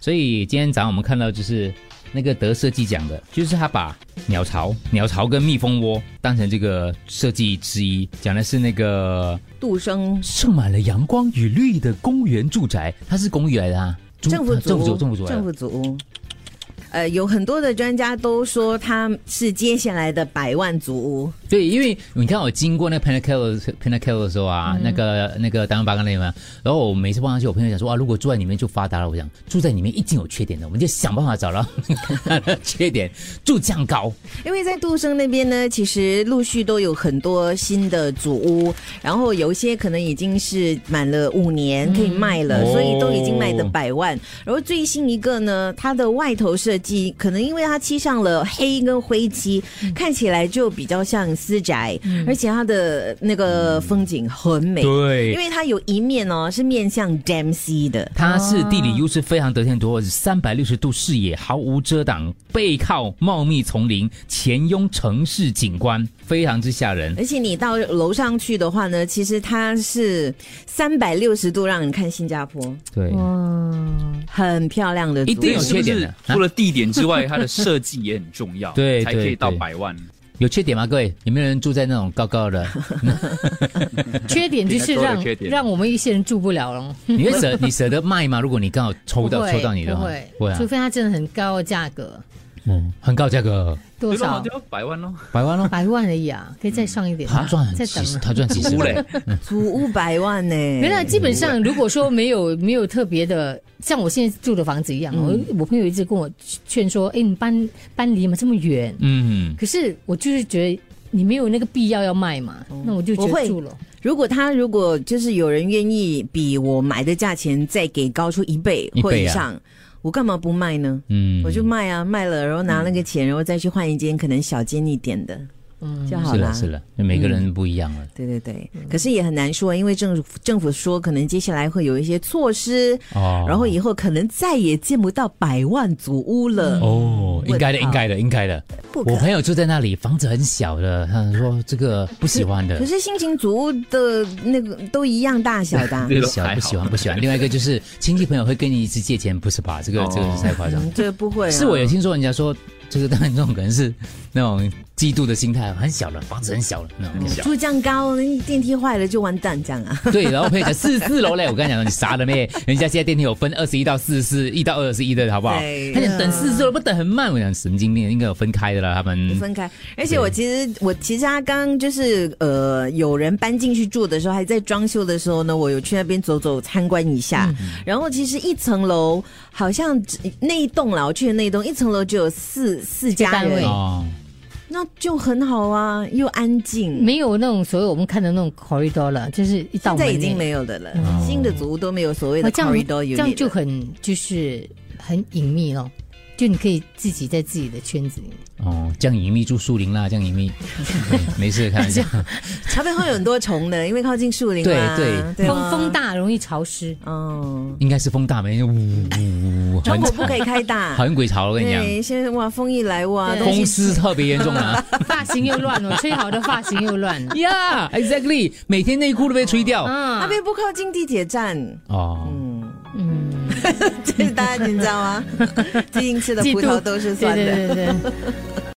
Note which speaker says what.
Speaker 1: 所以今天早上我们看到就是那个得设计奖的，就是他把鸟巢、鸟巢跟蜜蜂窝当成这个设计之一，讲的是那个
Speaker 2: 杜生
Speaker 1: 盛满了阳光与绿意的公园住宅，它是公寓来的啊，租
Speaker 2: 政府组，
Speaker 1: 政府组政府组哎来的
Speaker 2: 政府组。呃，有很多的专家都说他是接下来的百万祖屋，
Speaker 1: 对，因为你看我经过那个 Panakel Panakel 的时候
Speaker 2: 嗯
Speaker 1: 啊，那个那个单人巴干那里嘛，然后我每次逛上去，我朋友讲说啊，如果住在里面就发达了。我想住在里面一定有缺点的，我们就想办法找到 缺点，住这样高。
Speaker 2: 因为在杜生那边呢，其实陆续都有很多新的祖屋，然后有一些可能已经是满了五年可以卖了，
Speaker 1: 哦
Speaker 2: 所以都已经卖的百万。然后最新一个呢，它的外头设计可能因为它漆上了黑跟灰漆，
Speaker 1: 嗯
Speaker 2: 看起来就比较像私宅，而且它的那个风景很美。因
Speaker 1: 对，
Speaker 2: 为它有一面哦是面向 Dempsey 的，
Speaker 1: 它是地理优势非常得天独厚，三百六十度视野毫无遮挡，背靠茂密丛林，前拥城市景观，非常之吓人。
Speaker 2: 而且你到楼上去的话呢，其实它是三百六十度让你看新加坡，
Speaker 1: 对，
Speaker 2: 很漂亮的组合。
Speaker 1: 一定有
Speaker 3: 是不
Speaker 1: 缺点
Speaker 3: 是
Speaker 1: 的啊
Speaker 3: 除了地点之外，它的设计也很重要，
Speaker 1: 对
Speaker 3: 才可以到
Speaker 1: 对对
Speaker 3: 百万。
Speaker 1: 有缺点吗？各位，有没有人住在那种高高 的？
Speaker 4: 缺点就
Speaker 3: 比
Speaker 4: 是
Speaker 3: 较多
Speaker 4: 让
Speaker 3: 的缺点
Speaker 4: 让我们一些人住不了了。
Speaker 1: 你会舍你舍得卖吗？如果你刚好抽
Speaker 4: 不
Speaker 1: 到
Speaker 4: 会
Speaker 1: 抽到你的
Speaker 4: 不
Speaker 1: 话，
Speaker 4: 会，
Speaker 1: 会啊
Speaker 4: 除，非它真的很高的价格，
Speaker 1: 嗯，很高价格，
Speaker 4: 多
Speaker 3: 对咯
Speaker 4: 少
Speaker 3: 就要百万咯，
Speaker 1: 百 万咯。
Speaker 4: 百万而已啊，可以再上一点
Speaker 1: 他
Speaker 4: 吗。
Speaker 1: 赚
Speaker 4: 再
Speaker 1: 很
Speaker 4: 等
Speaker 1: 几十，
Speaker 4: 啊。
Speaker 1: 他赚几十
Speaker 3: 屋
Speaker 1: 万
Speaker 3: 嘞，
Speaker 2: 祖屋百万呢、
Speaker 4: 没有啦，基本上如果说没有没有特别的，像我现在住的房子一样，我、我朋友一直跟我劝说，哎，你搬搬离嘛这么远，
Speaker 1: 嗯，
Speaker 4: 可是我就是觉得你没有那个必要要卖嘛，那我就觉
Speaker 2: 我会
Speaker 4: 得住了。
Speaker 2: 如果他如果就是有人愿意比我买的价钱再给高出一倍
Speaker 1: 一倍啊
Speaker 2: 或以上，我干嘛不卖呢？
Speaker 1: 嗯，
Speaker 2: 我就卖啊，卖了，然后拿那个钱，然后再去换一间可能小间一点的，嗯，就好
Speaker 1: 是
Speaker 2: 啦。
Speaker 1: 了是了，每个人不一样了。
Speaker 2: 对对对，可是也很难说，因为政府政府说可能接下来会有一些措施，
Speaker 1: 哦
Speaker 2: 然后以后可能再也见不到百万祖屋了。
Speaker 1: 哦，应该的，
Speaker 2: 问号
Speaker 1: 应该的，应该的。
Speaker 2: 不可
Speaker 1: 我朋友住在那里，房子很小的，他说这个不喜欢的
Speaker 2: 可，是新型祖屋的那个都一样大小 的啊、
Speaker 3: 对
Speaker 1: 不
Speaker 3: 咯
Speaker 1: 喜欢
Speaker 3: 还
Speaker 1: 不
Speaker 3: 好
Speaker 1: 喜欢不喜欢。另外一个就是亲戚朋友会跟你一直借钱，不是吧？这个
Speaker 3: 哦
Speaker 1: 这个是太夸张。
Speaker 2: 嗯这不会、啊。
Speaker 1: 是我有听说人家说，这个当然这种可能是那种嫉妒的心态，很小了，房子很小了那种。
Speaker 2: 住这样高，电梯坏了就完蛋这样啊。
Speaker 1: 对，然后朋友讲四十四楼嘞，我跟他讲你傻了没？人家现在电梯有分二十一到四十四，一到二十一的好不好
Speaker 2: 对？
Speaker 1: 他讲等四十四楼不等很慢，我讲神经病，应该有分开的啦，他们。
Speaker 2: 分开，而且我其实我其实他刚就是呃，有人搬进去住的时候，还在装修的时候呢，我有去那边走走参观一下。然后其实一层楼好像只那一栋老去的那一栋，一层楼只有四四家
Speaker 4: 单位
Speaker 2: 人，
Speaker 1: 哦，
Speaker 2: 那就很好啊，又安静。
Speaker 4: 没有那种所谓我们看的那种 corridor 了，就是一道
Speaker 2: 现
Speaker 4: 门欸
Speaker 2: 在
Speaker 4: 内
Speaker 2: 已经没有的了，新的组屋都没有所谓的
Speaker 4: 哇哦这样
Speaker 2: corridor
Speaker 4: 这
Speaker 2: unit
Speaker 4: 样就
Speaker 2: 了
Speaker 4: 很就是很隐秘咯，就你可以自己在自己的圈子里面。
Speaker 1: 哦，这样隐秘住树林啦，这样隐秘，对没事，开玩笑。
Speaker 2: 那边会有很多虫的，因为靠近树林
Speaker 1: 对
Speaker 2: 嘛，
Speaker 1: 对
Speaker 2: 对啊
Speaker 4: 风
Speaker 2: 吗
Speaker 4: 风，大容易潮湿，
Speaker 2: 哦，
Speaker 1: 应该是风大没？呜呜呜，
Speaker 2: 窗
Speaker 1: 很
Speaker 2: 户不可以开 大，
Speaker 1: 很鬼潮，我跟你讲，
Speaker 2: 对，现在哇，风一来哇，
Speaker 4: 对
Speaker 2: 东
Speaker 1: 风
Speaker 2: 西
Speaker 1: 湿特别严重啊。
Speaker 4: 发型又乱了，吹好的发型又乱 了。啊
Speaker 1: Yeah, exactly，每天内裤都被吹掉。
Speaker 2: 那边不靠近地铁站，嗯
Speaker 1: 哦，
Speaker 4: 嗯
Speaker 2: 这大家你知道吗？最近吃的
Speaker 4: 嫉
Speaker 2: 葡萄
Speaker 4: 妒
Speaker 2: 都是
Speaker 4: 对
Speaker 2: 酸的。
Speaker 4: 对对对。